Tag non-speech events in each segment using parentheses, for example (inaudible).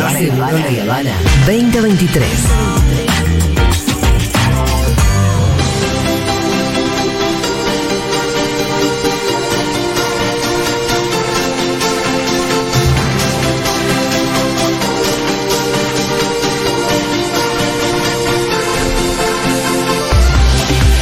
Habana. 2023.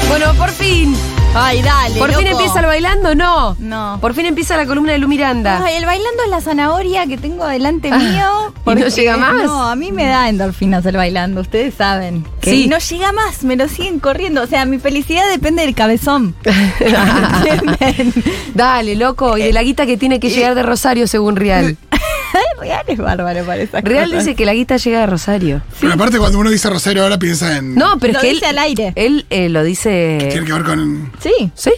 Bueno, por fin. Ay, dale. ¿Por fin loco. empieza el bailando? No. No. Por fin empieza la columna de Lu Miranda. Ay, el bailando es la zanahoria que tengo delante Ah, mío. ¿y no llega más? No, a mí me da endorfinas el bailando, ustedes saben. Que Sí. no llega más, me lo siguen corriendo. O sea, mi felicidad depende del (laughs) cabezón. ¿Entienden? Dale, loco. Y de la guita que tiene que llegar de Rosario, (laughs) según Real. Real es bárbaro para esas Real cosas. dice que la guita llega de Rosario. Pero aparte cuando uno dice Rosario ahora piensa en... No, pero Lo es que dice él. al aire. Él eh, lo dice. Tiene que ver con, Sí. ¿Sí?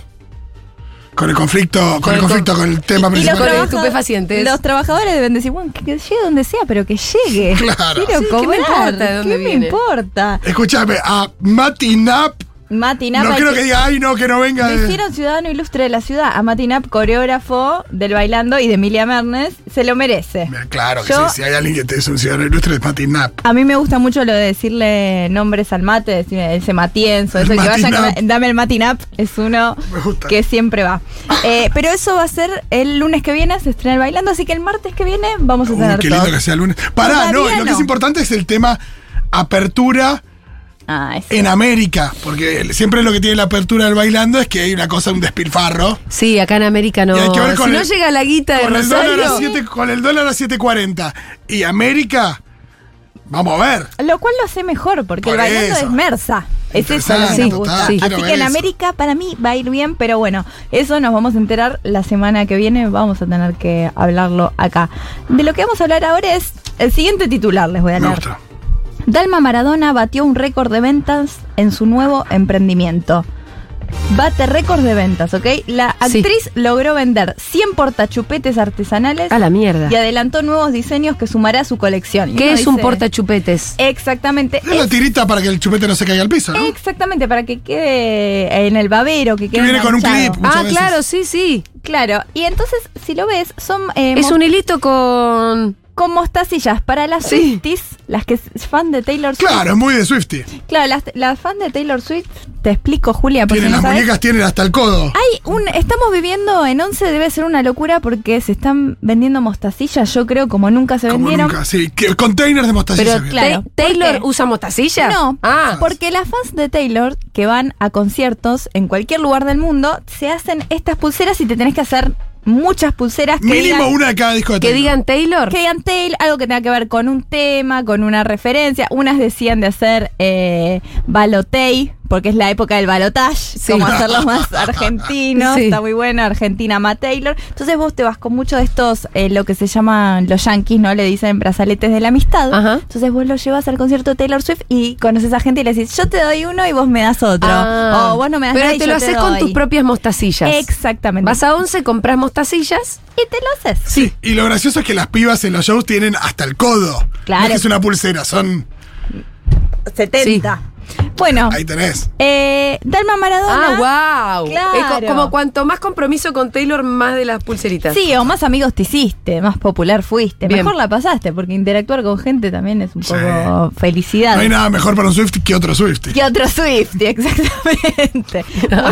con el conflicto, con, Con el el conflicto, con el tema Y los, principal. Con trabajadores- estupefacientes. los trabajadores deben decir, bueno, que, que llegue donde sea, pero que llegue. Claro. Quiero Sí, ¿qué cobrar. me importa de dónde ¿Qué me viene? importa? Escúchame, a Mati Nap, Mati Napa no creo dice- que diga, ay no, que no venga. Lo de-". hicieron ciudadano ilustre de la ciudad. A Matinap, coreógrafo del Bailando y de Emilia Mernes, se lo merece. Mira, Claro que Yo- sí, si hay alguien que te es un ciudadano ilustre es Mati Nap. A mí me gusta mucho lo de decirle nombres al mate, decirle ese matienzo, eso El que vaya, Matinap. que me- dame el Matinap, es uno Me gusta. que siempre va. Eh, pero eso va a ser el lunes que viene, se estrena el bailando, así que el martes que viene vamos a Uy, tener Uh, qué todo. lindo que sea el lunes. Pará, Todavía no, y lo que no. es importante es el tema apertura Ay, sí. en América, porque siempre lo que tiene la apertura del bailando es que hay una cosa, un despilfarro. Sí, acá en América no. Y hay que ver Si con no el- llega la guita de Con el, Rosario. dólar a siete- con el dólar a 7.40 y América, vamos a ver. Lo cual lo sé mejor, porque Por el bailando eso. es mersa. Es eso lo que Interesante, nos Ah, total, gusta. sí. Así quiero que ver en eso. América para mí va a ir bien, pero bueno, eso nos vamos a enterar la semana que viene. Vamos a tener que hablarlo acá. De lo que vamos a hablar ahora es el siguiente titular, les voy a Me leer. gusta. Dalma Maradona batió un récord de ventas en su nuevo emprendimiento. Bate récord de ventas, ¿ok? La Sí. actriz logró vender 100 portachupetes artesanales A la mierda. y adelantó nuevos diseños que sumará a su colección. Y ¿Qué uno es un dice- Eh, portachupetes? Exactamente. Es la tirita para que el chupete no se caiga al piso, ¿no? Exactamente, para que quede en el babero, que quede. viene con un enganchado. clip. muchas Ah, veces. claro, sí, sí. Claro, y entonces, si lo ves, son eh, Es mo- un hilito con. con mostacillas para las Sí. Swifties, las que es fan de Taylor Swift. Claro, es muy de Swifty. Claro, las, las fan de Taylor Swift, te explico, Julia, porque Tienen no las sabes. muñecas, tienen hasta el codo. Ah, Hay un, estamos viviendo en 11, debe ser una locura porque se están vendiendo mostacillas, yo creo, como nunca se Como vendieron. nunca, sí. Que- Containers de mostacillas. Pero bien. claro, Ta- ¿por Taylor qué? usa motacilla. No, Ah, porque las fans de Taylor que van a conciertos en cualquier lugar del mundo se hacen estas pulseras y te tenés que hacer muchas pulseras que Mínimo digan, una de cada disco de que Taylor. digan Taylor. que digan Taylor, algo que tenga que ver con un tema, con una referencia. Unas decían de hacer eh, balotei, porque es la época del balotage, como hacerlo (laughs) más argentino, Sí. está muy bueno, Argentina ama a Taylor. Entonces vos te vas con muchos de estos, eh, lo que se llaman los yankees, ¿no? Le dicen brazaletes de la amistad. Ajá. Entonces vos lo llevas al concierto de Taylor Swift y conoces a gente y le decís, yo te doy uno y vos me das otro. Ah. o oh, vos no me das Pero nada y te yo lo haces con doy. tus propias mostacillas. Exactamente. Vas a 11, compras mostacillas. y te lo haces. Sí. Y lo gracioso es que las pibas en los shows tienen hasta el codo. Claro. No es, que es una pulsera, son. 70. Bueno. Ahí tenés. Eh, Dalma Maradona. Ah, wow. Claro. Es co- como cuanto más compromiso con Taylor, más de las pulseritas. Sí, o más amigos te hiciste, más popular fuiste. Bien. Mejor la pasaste, porque interactuar con gente también es un Sí. poco felicidad. No hay nada mejor para un Swifty que otro Swifty. Que otro Swifty, (laughs) exactamente. (laughs)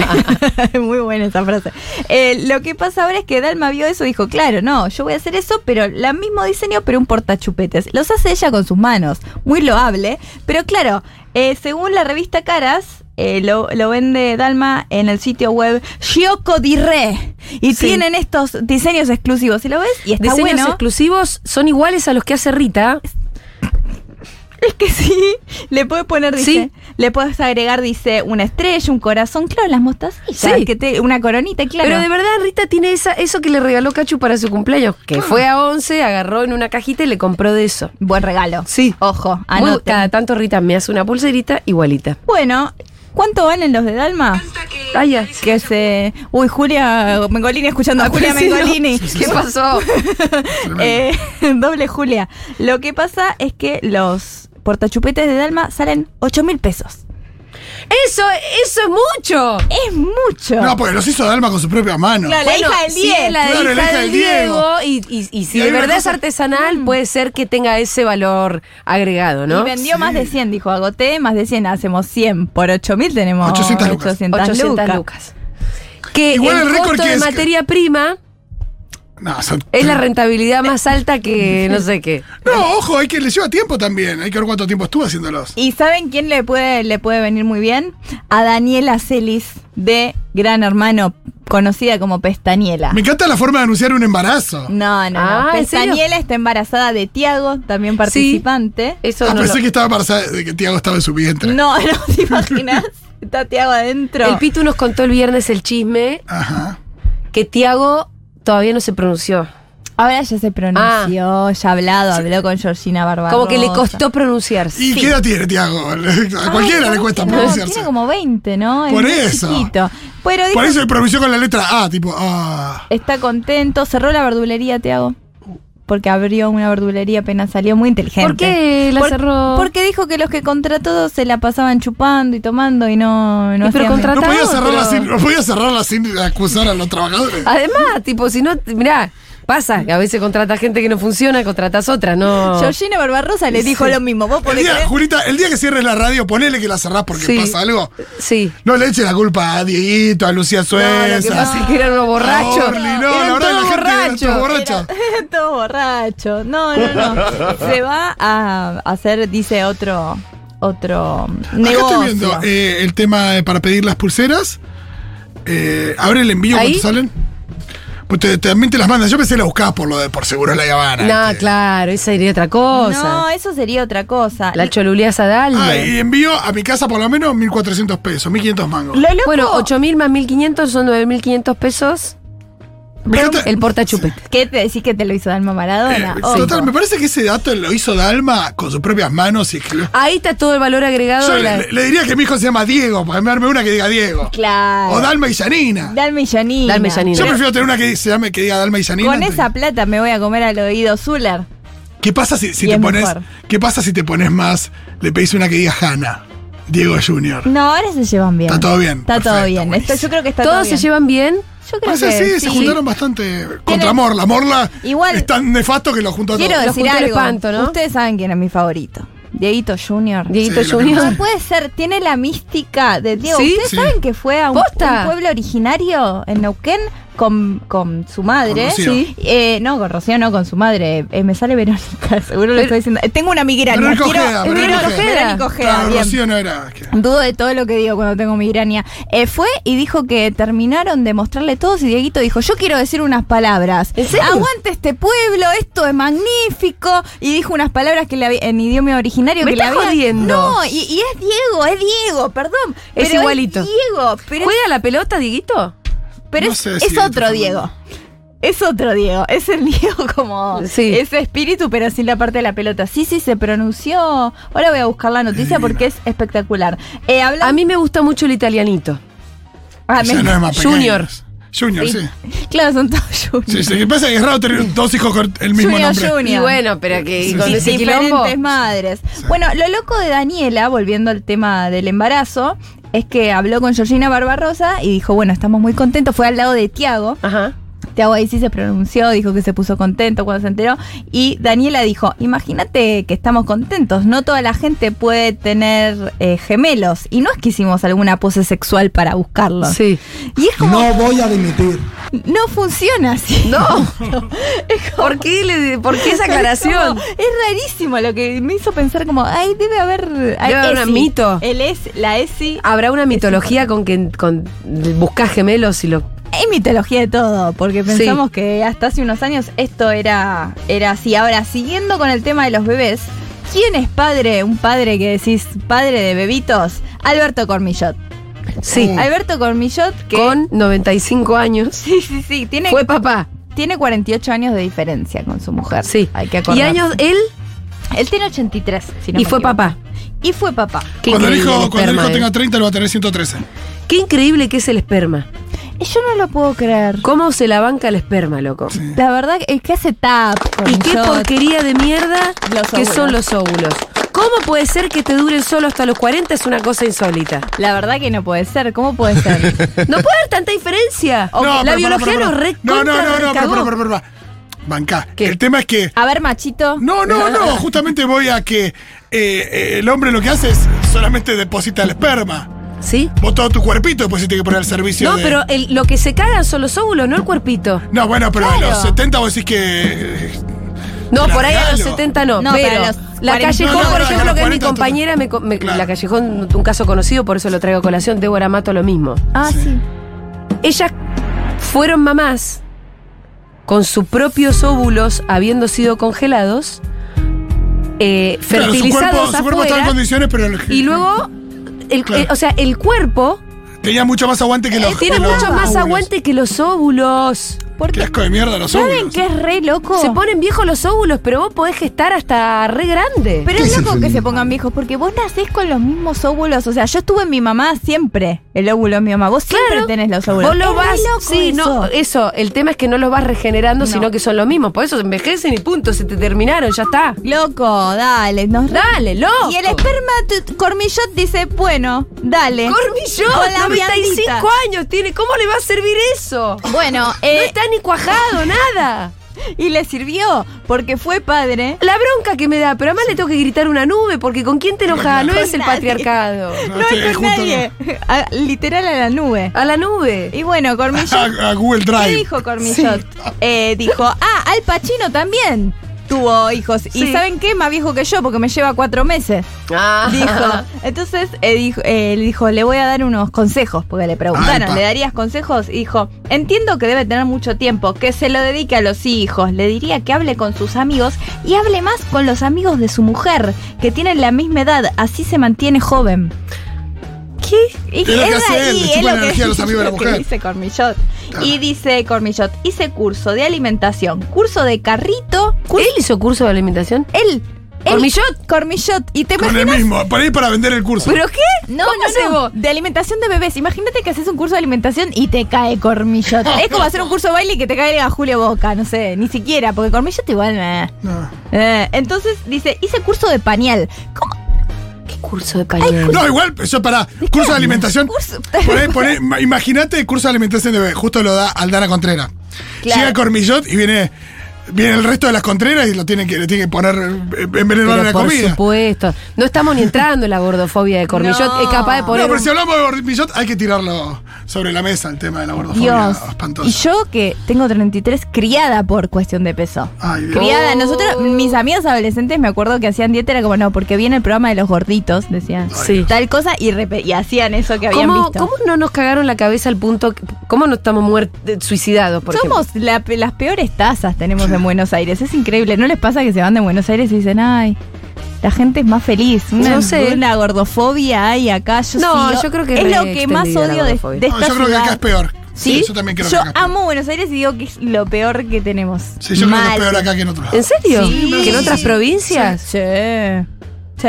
Muy, muy buena esa frase. Eh, lo que pasa ahora es que Dalma vio eso y dijo, claro, no, yo voy a hacer eso, pero el mismo diseño, pero un portachupetes. Los hace ella con sus manos, muy loable. Pero claro, eh, según la revista Caras, eh, lo, lo vende Dalma en el sitio web Shioco Diré. Y Sí. tienen estos diseños exclusivos. ¿Y lo ves? Y está Diseños bueno. exclusivos son iguales a los que hace Rita. Es que sí, le puedes poner, dice, Sí. le puedes agregar, dice, una estrella, un corazón, claro, las mostacillas, Sí. que te, una coronita, claro. Pero de verdad Rita tiene esa, eso que le regaló Cachu para su cumpleaños. Que Ah. fue a 11, agarró en una cajita y le compró de eso. Buen regalo. Sí. Ojo, Muy- anoten. cada tanto Rita me hace una pulserita igualita. Bueno, ¿cuánto valen los de Dalma? Ay, Ah, ya. Que se... Uy, Julia Mengolini escuchando a Julia Apareció. Mengolini. ¿Qué (laughs) pasó? Eh, doble Julia. Lo que pasa es que los portachupetes de Dalma salen 8 mil pesos. Eso, eso es mucho. Es mucho. No, porque los hizo Dalma con su propia mano. Claro. La hija del sí, Diego. la Claro, la hija hija del del Diego. Y, y- y si Y hay de una verdad es cosa- Mm. artesanal, puede ser que tenga ese valor agregado, ¿no? Y vendió más de 100, dijo, agoté más de 100, hacemos 100. Por 8.000 tenemos 800 lucas. 800 800 lucas. lucas. Que Igual el, el récord costo que Mm. de es- materia prima No, son- es la rentabilidad más alta (laughs) que no sé qué. No, ojo, hay que le lleva tiempo también. Hay que ver cuánto tiempo estuvo haciéndolos. ¿Y saben quién le puede, le puede venir muy bien? A Daniela Celis, de Gran Hermano, conocida como Pestañela. Me encanta la forma de anunciar un embarazo. No, no, Ah, no. ¿en serio? Pestañela está embarazada de Tiago, también participante. Eso Ah, no pensé lo- que estaba embarazada de que Tiago estaba en su vientre. (laughs) No, no te (laughs) imaginas. Está Tiago adentro. El Pitu nos contó el viernes el chisme Ajá. que Tiago todavía no se pronunció. Ahora ya se pronunció, ya ha hablado, habló con Georgina Barbarossa. Ah. Como que le costó pronunciarse. ¿Y qué edad tiene Tiago? (laughs) A cualquiera Ay, le cuesta Ah, no, pronunciarse. Tiene como 20, ¿no? Es Por muy eso. Chiquito. Pero dijo Por eso se pronunció con la letra A, tipo ah. Está contento, cerró la verdulería, Tiago. Porque abrió una verdulería apenas salió, muy inteligente. ¿Por qué la Por- cerró? Porque dijo que los que contrató se la pasaban chupando y tomando y no, no Y pero hacían- contra- No podía, Tratado, cerrarla pero- Ah, sin, no podía cerrarla sin acusar a los trabajadores. Además, tipo, si no, mirá, pasa que a veces contratas gente que no funciona, contratas otra, no. Georgina Barbarosa le dijo lo mismo. ¿Vos El podés día, creer? Julita, el día que cierres la radio, ponele que la cerrás porque Sí. pasa algo. Sí. No le eche la culpa a Dieguito, a Lucía No, Suez. lo que pasa es que eran unos borrachos. Ah, Orly, no, Eran la verdad, todos la gente era borrachos. todo borracho. Era- (laughs) todo borracho. No, no, (laughs) no. Se va a hacer, dice otro, otro Acá estoy negocio. viendo eh, el tema de- para pedir las pulseras. Eh, abre el envío ¿Ahí? cuando salen. Pues te, también te las mandan. Yo pensé la buscabas por lo de por seguro la Habana. No, este. claro, esa sería otra No, cosa. eso sería otra cosa. la cholulea Sadalme. Ah, y envío a mi casa por lo menos 1.400 pesos, 1.500 mangos. Lo loco- Bueno, 8.000 más 1.500 son 9.500 pesos. Me encanta- El portachupete. ¿Qué te decís que te lo hizo Dalma Maradona? Eh, Ojo. Total, me parece que ese dato lo hizo Dalma con sus propias manos. Y que lo- Ahí está todo el valor agregado. Yo de la- le, le diría que mi hijo se llama Diego, para cambiarme una que diga Diego. Claro. O Dalma y Yanina. Dalma y Janina. Dalma y Janina. Yo prefiero tener una que se llame que diga Dalma y Yanina. Con antes- esa plata me voy a comer al oído Zuller. ¿Qué pasa si, si Y te es pones mejor. ¿Qué pasa si te pones más? Le pedís una que diga Hanna, Diego Junior. No, ahora se llevan bien. Está todo bien, Está perfecto, todo bien. Esto, yo buenísimo. creo que está todo Todos bien. se llevan bien. Yo creo Parece que sí, se juntaron bastante contra Morla. Morla Igual- es tan nefasto que lo juntó a todos. Quiero Los decir juntó el algo. espanto, ¿no? Ustedes saben quién es mi favorito. Dieguito Junior. Dieguito Sí, lo que Junior. más- Puede ser, tiene la mística de Diego. ¿Sí? ¿Ustedes Sí. saben que fue a un, Posta. un pueblo originario en Neuquén con, con su madre? Con Rocío. Sí. Eh, no, con Rocío, no, con su madre. Eh, me sale Verónica, (laughs) seguro lo estoy diciendo. Eh, tengo una migraña. Verónica quiero- Ojeda, Verónica Verónica Ojeda. Verónica Ojeda, Claro, bien. Rocío no era. que- Dudo de todo lo que digo cuando tengo migraña. Eh, fue y dijo que terminaron de mostrarle todos y Dieguito dijo, yo quiero decir unas palabras. ¿En serio? Aguante este pueblo, esto es magnífico. Y dijo unas palabras que le había- en idioma originario Me que le estás había- jodiendo. No, y, y es Diego, es Diego, perdón. Es pero igualito. Es Diego, pero, ¿Juega la pelota, Dieguito? pero No es, sé es si es otro otro Diego. Es otro Diego, es el (laughs) Diego como Sí. ese espíritu, pero sin la parte de la pelota. Sí, sí, se pronunció. Ahora voy a buscar la noticia Divino. porque es espectacular. Eh, hablando- A mí me gusta mucho el italianito. Ah, ya me- no es más pequeño. Junior. Junior, Pues sí. Claro, son todos juniors. Sí, sí, que pasa que es raro tener dos hijos con el mismo Junior, nombre. Junior. Y bueno, pero que y Sí, con Y ese quilombo. diferentes madres. Bueno, lo loco de Daniela, volviendo al tema del embarazo, es que habló con Georgina Barbarosa y dijo, bueno, estamos muy contentos. Fue al lado de Tiago. Ajá. Tiago ahí sí se pronunció, dijo que se puso contento cuando se enteró. Y Daniela dijo, imagínate que estamos contentos, no toda la gente puede tener eh, gemelos. Y no es que hicimos alguna pose sexual para buscarlos. Sí. Y es como, No voy a dimitir. no funciona así. No. (laughs) ¿Por qué, le- por qué esa (laughs) aclaración? Es, como- es rarísimo lo que me hizo pensar como, ay, debe haber... hay haber ESI. un mito. El es, la ESI. ah, ¿Habrá una mitología con que con, buscás gemelos y lo. Hay mitología de todo, porque pensamos que hasta hace unos años esto era, era así. Ahora, siguiendo con el tema de los bebés, ¿quién es padre, un padre que decís padre de bebitos? Alberto Cormillot. Sí. Alberto Cormillot que... Uh. Con 95 años. (laughs) Sí, sí, sí, tiene, Fue papá. tiene 48 años de diferencia con su mujer. Sí. Hay que y acordarse. años él Él tiene 83, si no y me fue equivoco. papá. Y fue papá. Qué cuando el increíble hijo, cuando el esperma, hijo eh. tenga 30 lo va a tener 113. Qué increíble que es el esperma. Yo no lo puedo creer. ¿Cómo se la banca el esperma, loco? La verdad es que hace tap. Y eh, qué Cormillot. porquería de mierda Los que óvulos. son los óvulos. ¿Cómo puede ser que te duren solo hasta los 40? Es una cosa insólita. La verdad que no puede ser. ¿Cómo puede ser? (laughs) No puede haber tanta diferencia. No, la pero, biología pero, pero, nos pero. re No, no, no, no, contra pero, recagó. pero, pero, pero, pero. Bancá. ¿Qué? El tema es que. A ver, machito. No, (laughs) no, no. Justamente voy a que eh, eh, el hombre lo que hace es solamente deposita el esperma. ¿Sí? Vos todo tu cuerpito después se tiene que poner al servicio. No, de- pero el- lo que se cagan son los óvulos, no el cuerpito. No, bueno, pero Claro. a los 70 vos decís que. eh, No, Pero por ahí a claro. los 70 no. No, pero pero a los la 40. Callejón, No, no, por no, a ejemplo, los que es mi 40 compañera, me, co- me- Claro. la Callejón, un caso conocido, por eso lo traigo a colación, Débora Mato lo mismo. Ah, sí. Ellas fueron mamás con sus propios óvulos habiendo sido congelados, eh, Claro, su cuerpo, fertilizados su cuerpo estaba en afuera, condiciones, pero el- y luego, el- Claro. eh, o sea, el cuerpo tenía mucho más aguante que los. Eh, tiene que los mucho más óvulos. aguante que los óvulos. Qué Porque, asco de mierda los ¿saben óvulos. que es re loco? Se ponen viejos los óvulos, pero vos podés gestar hasta re grande. Pero es ¿Qué es loco que el se feminismo? pongan viejos, porque vos nacés con los mismos óvulos. O sea, yo estuve en mi mamá siempre, el óvulo de mi mamá. Vos siempre Claro. tenés los óvulos. Vos lo Es re vas, loco sí, no, eh, eso. eso, el tema es que no los vas regenerando, No. sino que son los mismos. Por eso se envejecen y punto, se te terminaron, ya está. Loco, dale, nos re- Dale, loco. Y el esperma tu- cormillot dice, bueno, dale. Con la Cormillón, 95 viandita. años tiene, ¿cómo le va a servir eso? Bueno, no eh, está ni cuajado, nada. y le sirvió, porque fue padre. La bronca que me da, pero además le tengo que gritar una nube, porque ¿con quién te enojas? No Con es el nadie. patriarcado. No, No, es te- con justo nadie. A- literal a la nube. A la nube. Y bueno, Cormillot. A, a Google Drive. ¿Qué dijo Cormillot? Eh, dijo, ah, Al Pacino también tuvo hijos. Sí. ¿Y saben qué? Más viejo que yo, porque me lleva cuatro meses. Ah. Dijo. Entonces eh, dijo, eh, le dijo, le voy a dar unos consejos, porque le preguntaron, Alpa. ¿le darías consejos? Y dijo, entiendo que debe tener mucho tiempo, que se lo dedique a los hijos. Le diría que hable con sus amigos y hable más con los amigos de su mujer, que tienen la misma edad, así se mantiene joven. ¿Qué? Y Es lo que hace ahí, él, le es chupa lo la que- energía a los amigos (laughs) de la lo que mujer. Ah. dice Cormillot. Claro. Y dice Cormillot, hice curso de alimentación, curso de carrito. cur- ¿Él hizo curso de alimentación? él, él- ¿Cormillot? Cormillot. ¿Y te Con el imaginas mismo, para ir para vender el curso. ¿Pero qué? no, ¿Cómo se no, no. vos? De alimentación de bebés. Imagínate que haces un curso de alimentación y te cae (laughs) cormillot. es como hacer un curso de baile y que te caiga Julio Boca, no sé, ni siquiera, porque cormillot igual. meh. No. Eh, entonces dice, hice curso de pañal. ¿Cómo? ¿Qué curso de pañal? No, igual, (laughs) yo pará. Curso de alimentación. Curso- Poné- poné- ma- Imagínate curso de alimentación de bebé. Justo lo da Aldana Contreras. Claro. Llega Cormillot y viene. Viene el resto de las contreras y lo tiene que, le tiene que poner eh, envenenar la por comida. supuesto. No estamos ni entrando en la gordofobia de Cormillot. No. Es capaz de poner. No, pero un- si hablamos de Cormillot, hay que tirarlo sobre la mesa el tema de la gordofobia Dios. espantosa. Y yo que tengo 33, criada por cuestión de peso. Ay, Dios. Criada, Oh. nosotros, mis amigas adolescentes me acuerdo que hacían dieta, era como no, porque viene el programa de los gorditos, decían Sí. tal cosa y, repe- y hacían eso que habían ¿Cómo, visto. cómo no nos cagaron la cabeza al punto. que- ¿Cómo no estamos muertos, suicidados, por ejemplo? Somos la pe- las peores tazas tenemos en Buenos Aires. Es increíble. ¿No les pasa que se van de Buenos Aires y dicen, ay, la gente es más feliz? Una, No sé. una gordofobia hay acá. Yo No, sí- yo creo que es re lo que más extendida la odio de, gordofobia. de No, esta yo creo que ciudad. acá es peor. ¿Sí? yo también creo Yo que acá es peor. amo Buenos Aires y digo que es lo peor que tenemos. Sí, yo creo que Mal. es peor acá que en otros ¿En lados. serio? Sí. ¿Que en otras provincias? Sí. Sí.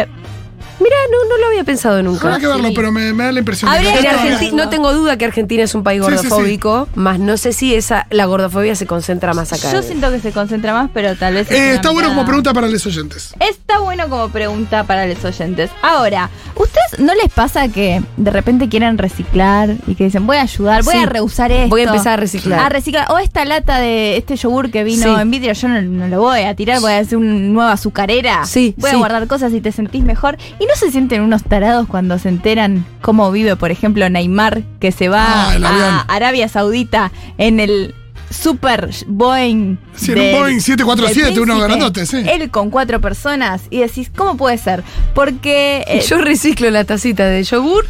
Mira, no, no lo había pensado nunca. Habrá Ah. que verlo, pero me, me da la impresión Habría que que En ver todavía- Argenti- Argentina, no tengo duda que Argentina es un país Sí, sí, sí. gordofóbico, más no sé si esa la gordofobia se concentra más acá. Yo siento que se concentra más, pero tal vez. es Eh, una está bueno mirada. como pregunta para los oyentes. Está bueno como pregunta para los oyentes. Ahora, ¿ustedes no les pasa que de repente quieren reciclar y que dicen, voy a ayudar, voy Sí, a reusar esto? voy a empezar a reciclar. A reciclar. O Ah, oh, esta lata de este yogur que vino Sí. en vidrio, yo no, no lo voy a tirar, voy a hacer una nueva azucarera. Sí, Voy sí. a guardar cosas y te sentís mejor. ¿Y no se sienten unos tarados cuando se enteran cómo vive, por ejemplo, Neymar, que se va Ah, el avión. a Arabia Saudita en el Super Boeing? Sí, en un del- Boeing el 747, uno príncipe, grandote, sí. Él con cuatro personas y decís, ¿cómo puede ser? Porque (laughs) eh, (laughs) Yo reciclo la tacita de yogur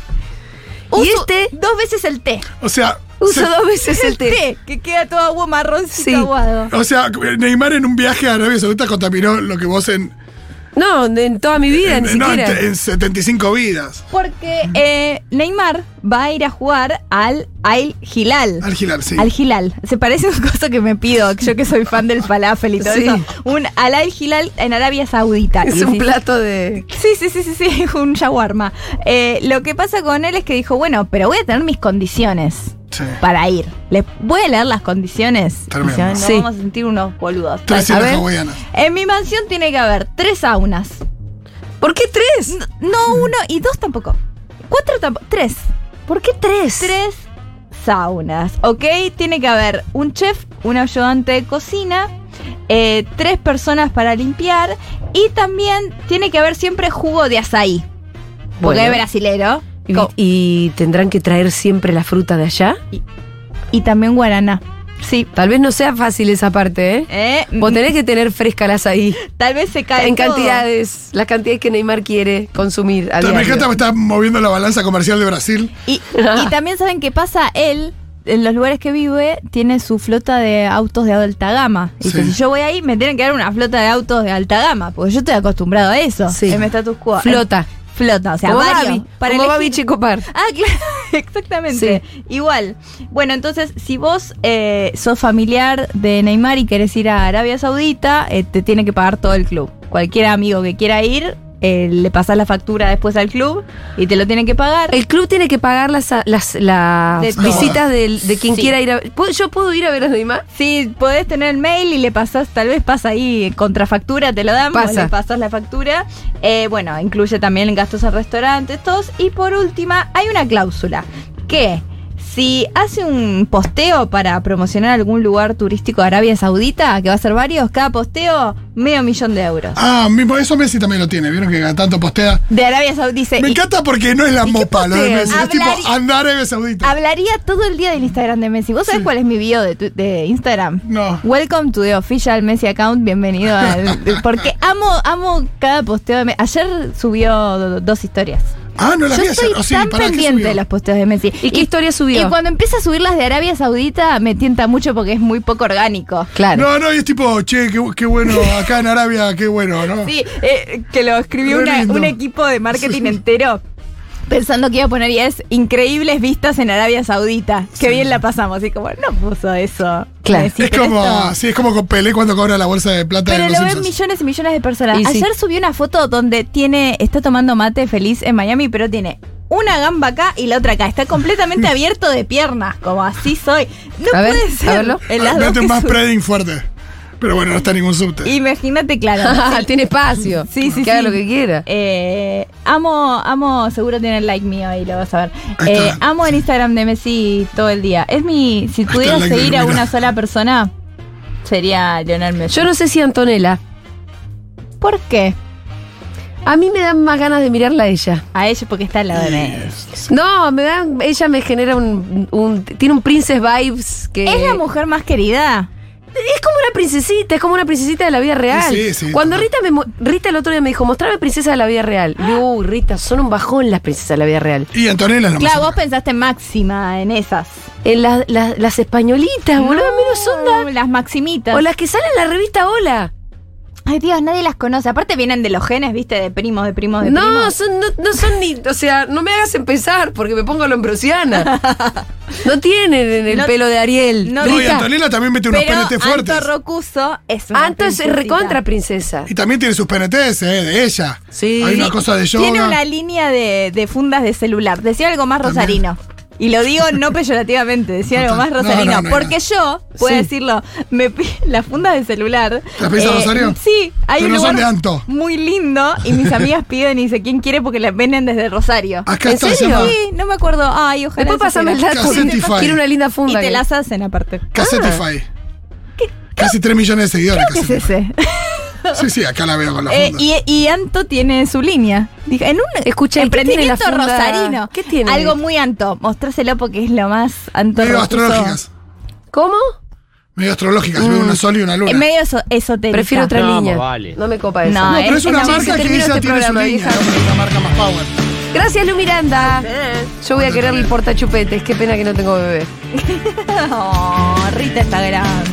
uso y este dos veces el té. O sea, uso se- dos veces el té. que queda todo agua marroncito Sí. aguado. o sea, Neymar en un viaje a Arabia Saudita contaminó lo que vos en, No, de- en toda mi vida, Eh, en, ni no, en, siquiera. en 75 vidas. Porque eh, Neymar va a ir a jugar al Al Hilal. Al Gilal, sí. Al Hilal. Se parece un cosa que me pido, yo que soy fan del falafel y todo Sí. eso. Un al Al Hilal en Arabia Saudita. es Y un decís, plato de. Sí, sí, sí, sí, sí, (laughs) un shawarma. Eh, lo que pasa con él es que dijo, bueno, pero voy a tener mis condiciones. Sí. para ir. Les voy a leer las condiciones. Tremendo. Y se van- Nos Sí. vamos a sentir unos boludos. Tres a islas ver, hawaianas. en mi mansión tiene que haber tres saunas, ¿Por qué tres? No, no uno y dos tampoco. Cuatro tampoco. Tres. ¿Por qué tres? Tres saunas, ¿ok? Tiene que haber un chef, un ayudante de cocina, eh, tres personas para limpiar y también tiene que haber siempre jugo de azaí. Porque Bueno. es brasilero. ¿Y, Co- y tendrán que traer siempre la fruta de allá? Y también guaraná. Sí. Tal vez no sea fácil esa parte, ¿eh? Eh, Vos tenés que tener (laughs) frescas ahí. Tal vez se cae En todo. cantidades, las cantidades que Neymar quiere consumir. a Me diario. encanta, me está moviendo la balanza comercial de Brasil. Y, (laughs) y también saben qué pasa, él, en los lugares que vive, tiene su flota de autos de alta gama. Y dice, Sí. si yo voy ahí, me tienen que dar una flota de autos de alta gama, porque yo estoy acostumbrado a eso. Sí. En mi status quo. Flota. Flota, o sea, como varios. Babi, Para como Babi elegir. Checopar. Ah, claro, (laughs) exactamente. Igual. Bueno, entonces, si vos eh, sos familiar de Neymar y querés ir a Arabia Saudita, eh, te tiene que pagar todo el club. Cualquier amigo que quiera ir, eh, le pasás la factura después al club y te lo tienen que pagar. El club tiene que pagar las, las, las De todo. visitas del- de, quien Sí. quiera ir a ver. ¿Puedo- ¿Yo puedo ir a ver a Neymar? Si podés tener el mail y le pasás, tal vez pasa ahí contrafactura, te lo dan, vos Pasa. le pasás la factura. Eh, bueno, incluye también gastos en restaurantes, todos. Y por última, hay una cláusula que si hace un posteo para promocionar algún lugar turístico de Arabia Saudita, que va a ser varios, cada posteo, medio millón de euros. Ah, mismo eso Messi también lo tiene. Vieron que cada tanto postea. De Arabia Saudita dice. Me Eh, y encanta porque no es la ¿Y qué mopa lo de postean? Messi. Es Hablar y- tipo andar Arabia Saudita. Hablaría todo el día del Instagram de Messi. ¿Vos sabés cuál es mi bio de, tu- de Instagram? No. Welcome to the official Messi account. Bienvenido al. Porque amo, amo cada posteo de Messi. Ayer subió do- dos historias. Ah, no la Yo vi ayer. estoy Oh, sí, tan pará, ¿qué pendiente subió? de los posteos de Messi. ¿Y qué historia subió? Y cuando empieza a subir las de Arabia Saudita me tienta mucho porque es muy poco orgánico. Claro. No, no, y es tipo, che, qué, qué bueno, acá en Arabia, qué bueno, ¿no? Sí, eh, que lo escribió Re una- lindo. un equipo de marketing entero. Pensando que iba a poner y es increíbles vistas en Arabia Saudita. Qué bien la pasamos. Y como, no puso eso. Claro. Messi, es pero como, esto- sí, es como con Pelé cuando cobra la bolsa de plata Pero de lo los ven Simpsons. millones y millones de personas. Y sí. Ayer subí una foto donde tiene, está tomando mate feliz en Miami, pero tiene una gamba acá y la otra acá. Está (laughs) completamente abierto de piernas, como así soy. No A ver, puede a ser. verlo. En las Ah, dos mete que un más sub- preding fuerte. Pero bueno, no está ningún subte. Imagínate, (laughs) claro. (laughs) Ah, tiene espacio. Sí, sí, Que haga sí. lo que quiera. Eh, amo, amo, seguro tiene el like mío ahí, lo vas a ver. Ahí Eh, está. amo el Instagram de Messi todo el día. Es mi, si está pudiera el like de seguir a Lumina. una sola persona, sería Leonel Messi. Yo no sé si Antonella. ¿Por qué? A mí me dan más ganas de mirarla a ella. A ella porque está al lado de Messi. No, me dan. Ella me genera un. un- tiene un Princess Vibes que. Es la mujer más querida. Es como una princesita, es como una princesita de la vida real. Sí, sí, Cuando total. Rita me mu- Rita el otro día me dijo, mostrame princesa de la vida real. Y yo, uy, Rita, son un bajón las princesas de la vida real. Y Antonella es la más Claro, vos cerca. pensaste en máxima en esas. En las- las- las españolitas, boludo, menos onda. Las maximitas. O las que salen en la revista Hola. Ay, Dios, nadie las conoce. Aparte vienen de los genes, viste, de primos, de primos, de No, primos. son, no, no son ni. O sea, no me hagas empezar porque me pongo lombrosiana. (laughs) no tienen en el No- pelo de Ariel. no- No, y Rita. Antonella también mete unos Pero PNT fuertes. Anto Rocuso es una Anto Ah, es princesita. recontra princesa. Y también tiene sus PNTs, eh, de ella. Sí. Hay una cosa de yoga. Tiene una línea de, de fundas de celular. Decía algo más También. rosarino. Y lo digo (laughs) no peyorativamente, decía algo más No, no, rosarino. no, no. porque yo, puedo Sí. decirlo, me pi- las fundas de celular. eh, ¿Las pedís a Rosario? Sí, hay Pero un no lugar son de Anto. muy lindo y (laughs) mis amigas piden y dicen quién quiere porque las venden desde Rosario. Acá ¿En está, se serio? llama Sí, no me acuerdo. Ay, ojalá. Después eso pasame el fuera. dato. Casetify. Tiene una linda Y funda. te que- las hacen aparte. Cassetify. Casi 3 millones de seguidores. Ah. ¿Qué es Cassetify. ese? Sí, sí, acá la veo con la Eh, funda. y, y Anto tiene su línea. Dije, en un Escuché, ¿qué emprendimiento tiene la funda? rosarino. ¿Qué tiene? Algo muy Anto. Mostrárselo porque es lo más Anto. Medio Rocuso. astrológicas. ¿Cómo? Medio astrológicas. Veo una sol y una luna. Eh, medio eso, esotérica. (laughs) Prefiero otra No, línea. más vale. No me copa eso. No, No, pero es- es una es la- marca se que terminó esa este tiene su programa, línea. vieja. ¿no? Es una marca más power. Gracias, Lu Miranda. Yo voy a Anda, querer el también. portachupetes. Qué pena que no tengo bebé. Oh, Rita está grande.